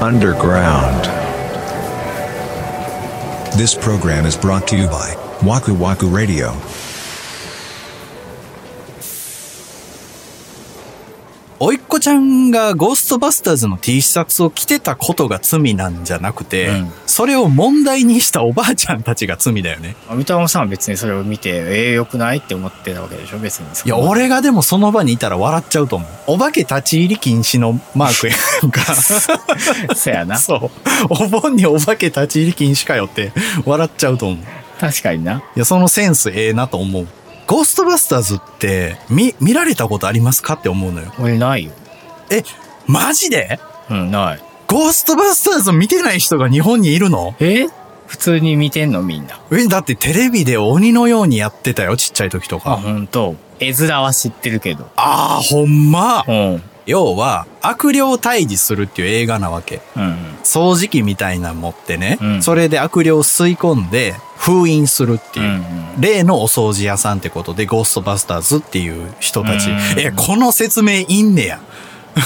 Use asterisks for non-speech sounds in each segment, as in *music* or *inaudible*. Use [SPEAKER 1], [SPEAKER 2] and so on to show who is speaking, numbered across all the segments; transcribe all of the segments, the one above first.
[SPEAKER 1] underground.
[SPEAKER 2] This program is brought to you by Waku Waku Radio.
[SPEAKER 3] おいっ子ちゃんがゴーストバスターズの T シャツを着てたことが罪なんじゃなくて、
[SPEAKER 4] うん
[SPEAKER 3] それを問題にしたおばあちゃんたちが罪だよね。
[SPEAKER 4] 三田さんは別にそれを見て、ええよくないって思ってたわけでしょ別に。
[SPEAKER 3] いや、。俺がでもその場にいたら笑っちゃうと思う。お化け立ち入り禁止のマークやんか。
[SPEAKER 4] *laughs* そや
[SPEAKER 3] *laughs*
[SPEAKER 4] な。
[SPEAKER 3] そう。お盆にお化け立ち入り禁止かよって笑っちゃうと思う。
[SPEAKER 4] 確かにな。
[SPEAKER 3] いや、そのセンスええなと思う。ゴーストバスターズって、み、見られたことありますかって思うのよ。
[SPEAKER 4] 俺ないよ。
[SPEAKER 3] え、マジで
[SPEAKER 4] うん、ない。
[SPEAKER 3] ゴーストバスターズ見てない人が日本にいるの
[SPEAKER 4] え普通に見てんのみんな。
[SPEAKER 3] え、だってテレビで鬼のようにやってたよ、ちっちゃい時と
[SPEAKER 4] あ、
[SPEAKER 3] か。
[SPEAKER 4] ほんと。絵面は知ってるけど。
[SPEAKER 3] ああ、ほんま
[SPEAKER 4] う。ん。うん。
[SPEAKER 3] 要は、悪霊退治するっていう映画なわけ。
[SPEAKER 4] うん。
[SPEAKER 3] 掃除機みたいなの持ってね、
[SPEAKER 4] うん
[SPEAKER 3] それで悪霊を吸い込んで封印するっていう。
[SPEAKER 4] うん
[SPEAKER 3] 例のお掃除屋さんってことで、ゴーストバスターズっていう人たち
[SPEAKER 4] う。ん
[SPEAKER 3] え、この説明いんねや。び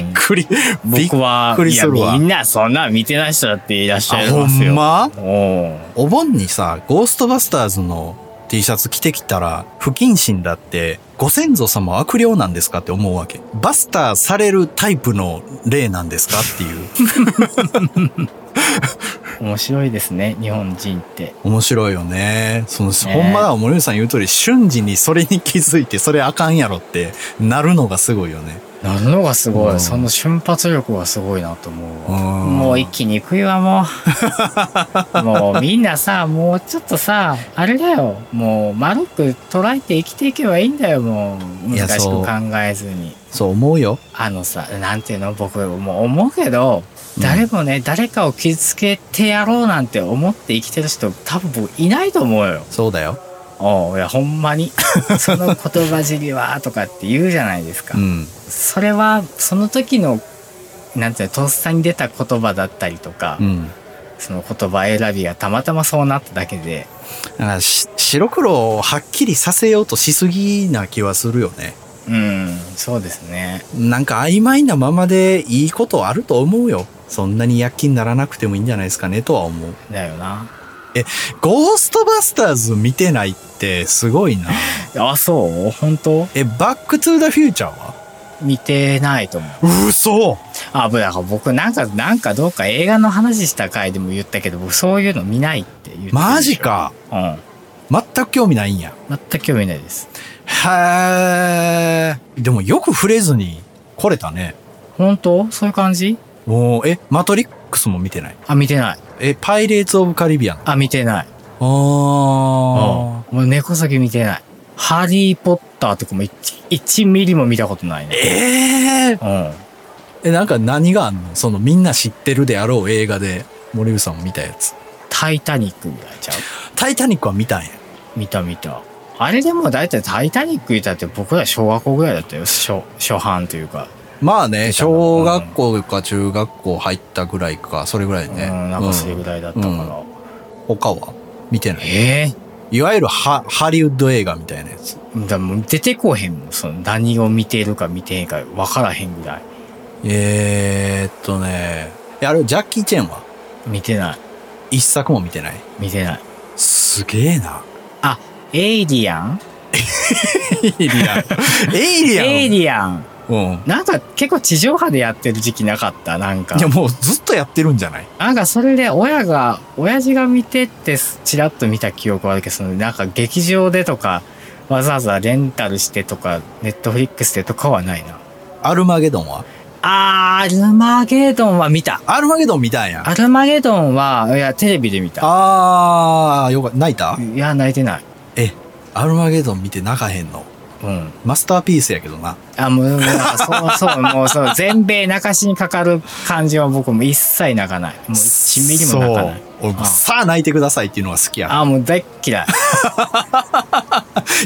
[SPEAKER 3] っくり。びっ
[SPEAKER 4] 僕は、
[SPEAKER 3] くり
[SPEAKER 4] い
[SPEAKER 3] す
[SPEAKER 4] や、
[SPEAKER 3] るわ
[SPEAKER 4] み。んなそんな見てない人だっていらっしゃ
[SPEAKER 3] あ、
[SPEAKER 4] い
[SPEAKER 3] ほ
[SPEAKER 4] ますよ。
[SPEAKER 3] んま
[SPEAKER 4] おう
[SPEAKER 3] お盆にさ、ゴーストバスターズの T シャツ着てきたら、不謹慎だって、ご先祖様は悪霊なんですかって思うわけ。バスターされるタイプの霊なんですかって
[SPEAKER 4] *laughs*
[SPEAKER 3] いう。
[SPEAKER 4] 面白いですね、日本人って。
[SPEAKER 3] 面白いよね。その、
[SPEAKER 4] ね
[SPEAKER 3] ほんまだ、森内さん言う通り、瞬時にそれに気づいて、それあかんやろって、なるのがすごいよね。
[SPEAKER 4] なるのがすご
[SPEAKER 3] うん
[SPEAKER 4] い。その瞬発力がすごいなと思うわ。
[SPEAKER 3] うん
[SPEAKER 4] もう一気に行くいわ、も
[SPEAKER 3] *laughs*
[SPEAKER 4] う。もうみんなさ、もうちょっとさ、あれだよ。もう丸く捉えて生きていけばいいんだよ、もう。
[SPEAKER 3] いや
[SPEAKER 4] 難しく
[SPEAKER 3] そう
[SPEAKER 4] 考えずに。
[SPEAKER 3] そう思うよ。
[SPEAKER 4] あのさ、なんていうの僕もう思うけど、誰もね、誰かを傷つけてやろうなんて思って生きてる人多分僕いないと思うよ。
[SPEAKER 3] そうだよ。
[SPEAKER 4] おういや、ほん
[SPEAKER 3] *laughs*
[SPEAKER 4] まに。その言葉尻は、とかって言うじゃないですか。
[SPEAKER 3] うん。
[SPEAKER 4] それは、その時の、なんていうの、とっさに出た言葉だったりとか、
[SPEAKER 3] うん。
[SPEAKER 4] その言葉選びがたまたまそうなっただけで、
[SPEAKER 3] だからし、白黒をはっきりさせようとしすぎな気はするよね。
[SPEAKER 4] うん、そうですね。
[SPEAKER 3] なんか曖昧なままでいいことあると思うよ。そんなに躍起にならなくてもいいんじゃないですかねとは思う。
[SPEAKER 4] だよな。
[SPEAKER 3] ゴーストバスターズ見てないってすごいな。
[SPEAKER 4] あ、そう本当
[SPEAKER 3] え、バックトゥーザフューチャーは
[SPEAKER 4] 見てないと思う。
[SPEAKER 3] 嘘
[SPEAKER 4] あ、ぶだから僕なんか、なんかどうか映画の話した回でも言ったけど、僕そういうの見ないって言ってるでしょ
[SPEAKER 3] マジ。か。
[SPEAKER 4] うん。
[SPEAKER 3] 全く興味ないんや。
[SPEAKER 4] 全く興味ないです。
[SPEAKER 3] へー。でもよく触れずに来れたね。
[SPEAKER 4] 本当そういう感じ
[SPEAKER 3] おーえ、マトリックスも見てない。
[SPEAKER 4] あ、見てない。
[SPEAKER 3] え、パイレーツ・オブ・カリビアン。
[SPEAKER 4] あ、見てない。うん。
[SPEAKER 3] あ
[SPEAKER 4] もう猫先見てない。ハリーポッターとかも 1, ミリも見たことないね。
[SPEAKER 3] ええ
[SPEAKER 4] うん。
[SPEAKER 3] え、なんか何があんのそのみんな知ってるであろう映画で森口さんも見たやつ。
[SPEAKER 4] タイタニックぐらいちゃう
[SPEAKER 3] タイタニックは見たんや。
[SPEAKER 4] 見た見た。あれでもだいたいタイタニックいたって僕ら小学校ぐらいだったよ。初、初版というか。
[SPEAKER 3] まあね、
[SPEAKER 4] 見たな
[SPEAKER 3] 小学校か中学校入ったぐらいか、それぐらいね。
[SPEAKER 4] うん、なんかそれぐらいだったから。
[SPEAKER 3] うんうん他は見てない。
[SPEAKER 4] ええ
[SPEAKER 3] いわゆるハハリウッド映画みたいなやつ。
[SPEAKER 4] だもう出てこうへんもん。その何を見ているか見てへんか分からへんぐらい。
[SPEAKER 3] えー、っとね、えあれジャッキー・チェンは
[SPEAKER 4] 見てない。
[SPEAKER 3] 一作も見てない。
[SPEAKER 4] 見てない。
[SPEAKER 3] すげえな。
[SPEAKER 4] あ、エイリアン
[SPEAKER 3] エイリ *laughs* アン。エイリアン。
[SPEAKER 4] エイリアン。
[SPEAKER 3] うん。
[SPEAKER 4] なんか結構地上波でやってる時期なかったなんか
[SPEAKER 3] いや。もうずっとやってるんじゃない
[SPEAKER 4] なんかそれで親が、親父が見てってチラッと見た記憶はあるけど、そのなんか劇場でとか、わざわざレンタルしてとか、ネットフリックスでとかはないな。
[SPEAKER 3] アルマゲドンは
[SPEAKER 4] あー、アルマゲドンは見た。
[SPEAKER 3] アルマゲドン見たんや。
[SPEAKER 4] アルマゲドンは、いや、テレビで見た。
[SPEAKER 3] あー、よかった。泣いた
[SPEAKER 4] いや、泣いてない。
[SPEAKER 3] え、アルマゲドン見て泣かへんの。
[SPEAKER 4] うん。
[SPEAKER 3] マスターピースやけどな。
[SPEAKER 4] あ、もう、 *laughs* もうなんかそうそう、もうそう、全米泣かしにかかる感じは僕も一切泣かない。もう1ミリも泣かない
[SPEAKER 3] そう。俺
[SPEAKER 4] あ
[SPEAKER 3] もさあ泣いてくださいっていうのが好きや。
[SPEAKER 4] あ、もう大っ嫌い。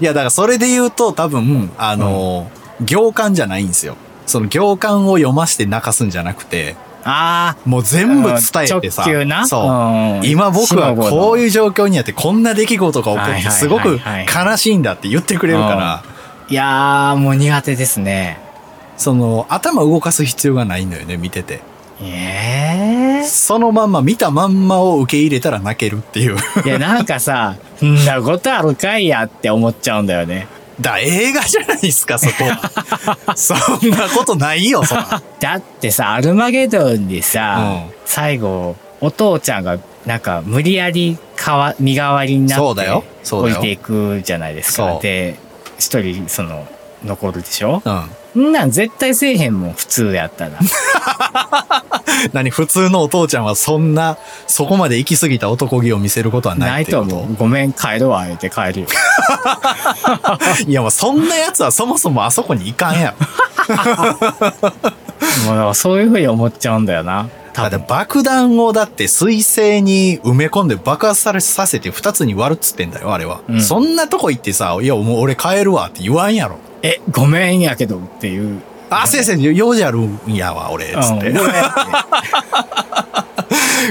[SPEAKER 3] いや、だからそれで言うと多分、あのー、行間じゃないんですよ。その行間を読まして泣かすんじゃなくて、
[SPEAKER 4] あ
[SPEAKER 3] もう全部伝えてさ。
[SPEAKER 4] うん直球な
[SPEAKER 3] そう
[SPEAKER 4] う。ん
[SPEAKER 3] 今僕はこういう状況にあってこんな出来事が起こ
[SPEAKER 4] は
[SPEAKER 3] っ
[SPEAKER 4] い
[SPEAKER 3] て
[SPEAKER 4] はい
[SPEAKER 3] すごく
[SPEAKER 4] はい
[SPEAKER 3] 悲しいんだって言ってくれるから、
[SPEAKER 4] ー、いやー、もう苦手ですね。
[SPEAKER 3] その頭動かす必要がないのよね、見てて。
[SPEAKER 4] ええ
[SPEAKER 3] そのまんま見たまんまを受け入れたら泣けるっていう。
[SPEAKER 4] いや、なんかさ、んなことあるかいやって思っちゃうんだよね。
[SPEAKER 3] だ、映画じゃないですか、そ
[SPEAKER 4] *laughs*
[SPEAKER 3] こ。そんなことないよ、そら。
[SPEAKER 4] だってさ、アルマゲドンでさ、
[SPEAKER 3] うん
[SPEAKER 4] 最後、お父ちゃんが、なんか、無理やりかわ、身代わりにな
[SPEAKER 3] そう
[SPEAKER 4] っ
[SPEAKER 3] だ
[SPEAKER 4] て
[SPEAKER 3] よ、そう
[SPEAKER 4] 置
[SPEAKER 3] だ
[SPEAKER 4] い
[SPEAKER 3] よ
[SPEAKER 4] ていくじゃないです
[SPEAKER 3] そ
[SPEAKER 4] か。
[SPEAKER 3] う
[SPEAKER 4] で、一人、その、残るでしょ
[SPEAKER 3] うん。
[SPEAKER 4] んなん絶対せえへんもん、普通やったら。
[SPEAKER 3] 何、普通のお父ちゃんはそんな、そこまで行き過ぎた男気を見せることは *laughs* な
[SPEAKER 4] ないい
[SPEAKER 3] っていう
[SPEAKER 4] と
[SPEAKER 3] こと
[SPEAKER 4] 思う。ごめん、帰るわ、言って帰るよ。
[SPEAKER 3] *laughs* いや、もうそんな奴はそもそもあそこに行かんやろ。
[SPEAKER 4] もうだからそういうふうに思っちゃうんだよな。
[SPEAKER 3] だ
[SPEAKER 4] 多
[SPEAKER 3] って
[SPEAKER 4] 分。
[SPEAKER 3] 爆弾をだって水星に埋め込んで爆発されさせて二つに割るっつってんだよ、あれは。
[SPEAKER 4] うん
[SPEAKER 3] そんなとこ行ってさ、いや、もう俺帰るわって言わんやろ。
[SPEAKER 4] え、ごめんやけどっていう。
[SPEAKER 3] あ、先生、用事あるんやわ、俺、つっ
[SPEAKER 4] うんご
[SPEAKER 3] て
[SPEAKER 4] めん。って
[SPEAKER 3] *laughs*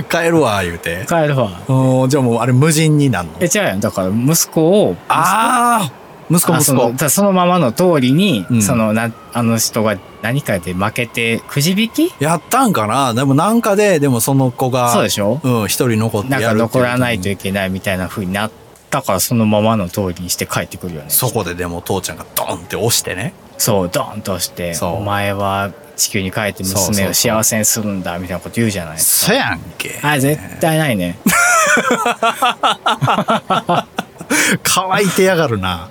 [SPEAKER 3] 帰るわ、言うて。
[SPEAKER 4] 帰るわ。
[SPEAKER 3] うん、じゃあもうあれ無人になんの
[SPEAKER 4] え、違うやん。だから、息子を、
[SPEAKER 3] ああ息子
[SPEAKER 4] あそ
[SPEAKER 3] 息
[SPEAKER 4] の
[SPEAKER 3] 子
[SPEAKER 4] だ。からそのままの通りに、
[SPEAKER 3] うん
[SPEAKER 4] そのなあの人が何かで負けてくじ引き
[SPEAKER 3] やったんかなでもなんかで、でもその子が、
[SPEAKER 4] そうでしょ
[SPEAKER 3] うん、一人残って
[SPEAKER 4] なん
[SPEAKER 3] や
[SPEAKER 4] か
[SPEAKER 3] るっていう
[SPEAKER 4] 残らないといけないみたいな風になったからそのままの通りにして帰ってくるよね
[SPEAKER 3] そこででも父ちゃんがドンって押してね。
[SPEAKER 4] そうドーンとして
[SPEAKER 3] そう
[SPEAKER 4] お前は地球に帰って
[SPEAKER 3] そうそう
[SPEAKER 4] 娘
[SPEAKER 3] そう
[SPEAKER 4] を幸せにするんだみたいなこと言うじゃないです
[SPEAKER 3] そやんけ。
[SPEAKER 4] かあ絶対ないね *laughs*
[SPEAKER 3] 乾いてやがるな。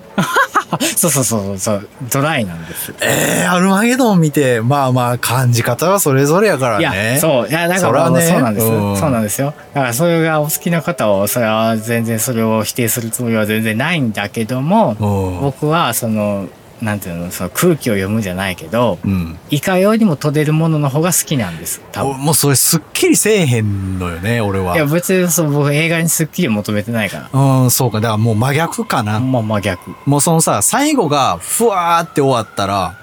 [SPEAKER 4] そうそうそうそうドライなんです
[SPEAKER 3] ええアルマゲドン見て、まあまあ、感じ方はそれぞれやから
[SPEAKER 4] い
[SPEAKER 3] ね。
[SPEAKER 4] や、そう、いや、だか
[SPEAKER 3] それは
[SPEAKER 4] ら、
[SPEAKER 3] ね
[SPEAKER 4] そうなんです、
[SPEAKER 3] うん
[SPEAKER 4] そうなんですよ。だから、それがお好きな方は、それは全然それを否定するつもりは全然ないんだけども、
[SPEAKER 3] うん
[SPEAKER 4] 僕は、その、なんていうの、その空気を読むじゃないけど、
[SPEAKER 3] うん。
[SPEAKER 4] いかよりも飛べるものの方が好きなんです、多
[SPEAKER 3] お
[SPEAKER 4] 分。
[SPEAKER 3] もうそれすっきりせえへんのよね、俺はい
[SPEAKER 4] や、。別に、そう、僕映画にスッキリ求めてないか。
[SPEAKER 3] うん、そうか。だからもう真逆からな。
[SPEAKER 4] まあ、真逆。うん。
[SPEAKER 3] もうそのさ、最後がふわーって終わったら、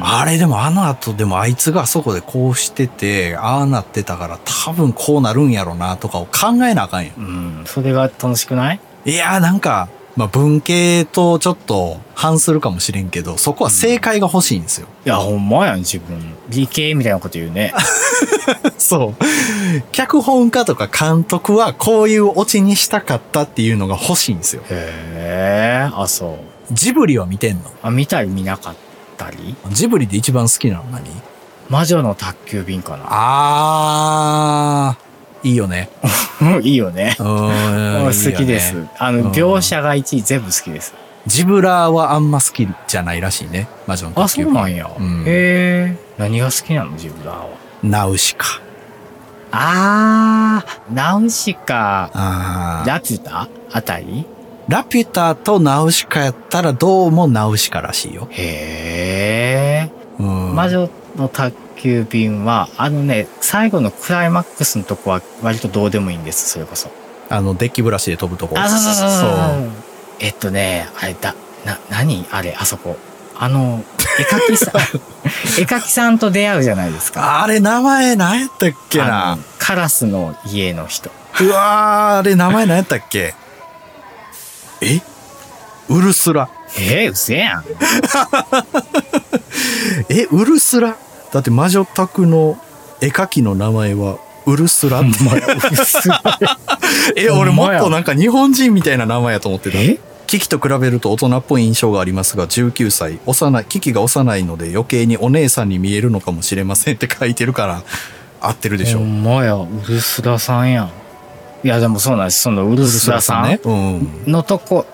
[SPEAKER 3] あれでもあの後でもあいつがあそこでこうしてて、ああなってたから多分こうなるんやろなとかを考えなあかんよ。
[SPEAKER 4] うん、それが楽しくない
[SPEAKER 3] いやーなんか、まあ文系とちょっと反するかもしれんけど、そこは正解が欲しいんですよ。
[SPEAKER 4] いや、ほんまやん、自分。理系みたいなこと言
[SPEAKER 3] *laughs*
[SPEAKER 4] うね。
[SPEAKER 3] そう。脚本家とか監督はこういうオチにしたかったっていうのが欲しいんですよ。
[SPEAKER 4] へえ、あ、そう。
[SPEAKER 3] ジブリは見てんの
[SPEAKER 4] あ、見たり見なかったり
[SPEAKER 3] ジブリで一番好きなの何
[SPEAKER 4] 魔女の宅急便かな。
[SPEAKER 3] あー、いいよね。
[SPEAKER 4] うん *laughs* いいよね。
[SPEAKER 3] うーん。いいよね
[SPEAKER 4] 好きです。あ
[SPEAKER 3] うん
[SPEAKER 4] の、描写が1位全部好きです。
[SPEAKER 3] ジブラはあんま好きじゃないらしいね。魔女の
[SPEAKER 4] あ、
[SPEAKER 3] 宅急
[SPEAKER 4] そ
[SPEAKER 3] 便
[SPEAKER 4] うなんや。
[SPEAKER 3] うん
[SPEAKER 4] へえ。何が好きなのジブラは。
[SPEAKER 3] ナウシカ。
[SPEAKER 4] あー、ナウシカ、
[SPEAKER 3] あー
[SPEAKER 4] ラピュタあたり
[SPEAKER 3] ラピュタとナウシカやったらどうもナウシカらしいよ。
[SPEAKER 4] へえ。
[SPEAKER 3] うん。
[SPEAKER 4] 魔女の宅急便は、あのね、最後のクライマックスのとこは割とどうでもいいんです、それこそ。
[SPEAKER 3] あの、デッキブラシで飛ぶとこ。
[SPEAKER 4] あ、そうそうそうそう
[SPEAKER 3] そう。
[SPEAKER 4] えっとね、あれだ、な、何あれ、あそこ。あの、絵描き
[SPEAKER 3] *laughs*
[SPEAKER 4] さん、絵描きさんと出会うじゃないですか。
[SPEAKER 3] あれ、名前何やったっけ
[SPEAKER 4] あ
[SPEAKER 3] な
[SPEAKER 4] の。カラスの家の人。
[SPEAKER 3] うわー、あれ、名前何やったっけえウルスラ。
[SPEAKER 4] えー、うせやん。
[SPEAKER 3] え、ウルスラだって魔女宅の絵描きの名前はウルスラって。え、俺もっとなんか日本人みたいな名前やと思ってた。
[SPEAKER 4] え
[SPEAKER 3] キキと比べると大人っぽい印象がありますが、19歳。幼い、キキが幼いので余計にお姉さんに見えるのかもしれませんって書いてるから、合ってるでしょ。
[SPEAKER 4] ほんまや、ウルスラさんやん。いや、でもそうなんです。そのウルスラさん
[SPEAKER 3] ね。うん。
[SPEAKER 4] のとこ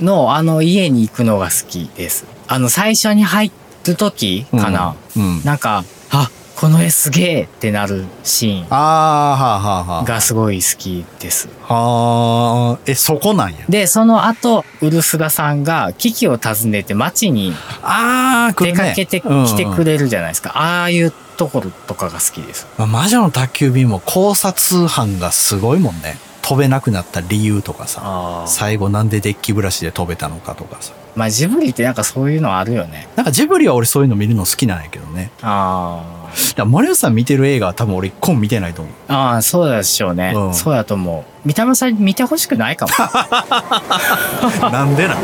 [SPEAKER 4] の、あの家に行くのが好きです。あの、最初に入るときかな。
[SPEAKER 3] うん。うん
[SPEAKER 4] なんか、あ、この絵すげえってなるシーン
[SPEAKER 3] あー、はあ、はあ、はあ。
[SPEAKER 4] がすごい好きです。
[SPEAKER 3] はあ、え、そこなんや。
[SPEAKER 4] で、その後、ウルスラさんが危機を訪ねて街に
[SPEAKER 3] ああ、来
[SPEAKER 4] 出
[SPEAKER 3] る
[SPEAKER 4] か
[SPEAKER 3] ね
[SPEAKER 4] けて
[SPEAKER 3] うん
[SPEAKER 4] きてくれるじゃないですか。ああいうところとかが好きです。
[SPEAKER 3] まあ魔女の宅急便も考察班がすごいもんね。飛べなくなった理由とかさ。
[SPEAKER 4] あ
[SPEAKER 3] 最後なんでデッキブラシで飛べたのかとかさ。
[SPEAKER 4] まあ、ジブリってなんかそういうのあるよね。
[SPEAKER 3] なんかジブリは俺そういうの見るの好きなんやけどね。
[SPEAKER 4] あ
[SPEAKER 3] だから森内さん見てる映画は多分俺一個も見てないと思う。
[SPEAKER 4] あ。ああ、そうでしょうね。
[SPEAKER 3] うん
[SPEAKER 4] そうだと思う。三田村さんに見てほしくないかも。
[SPEAKER 3] なんでなん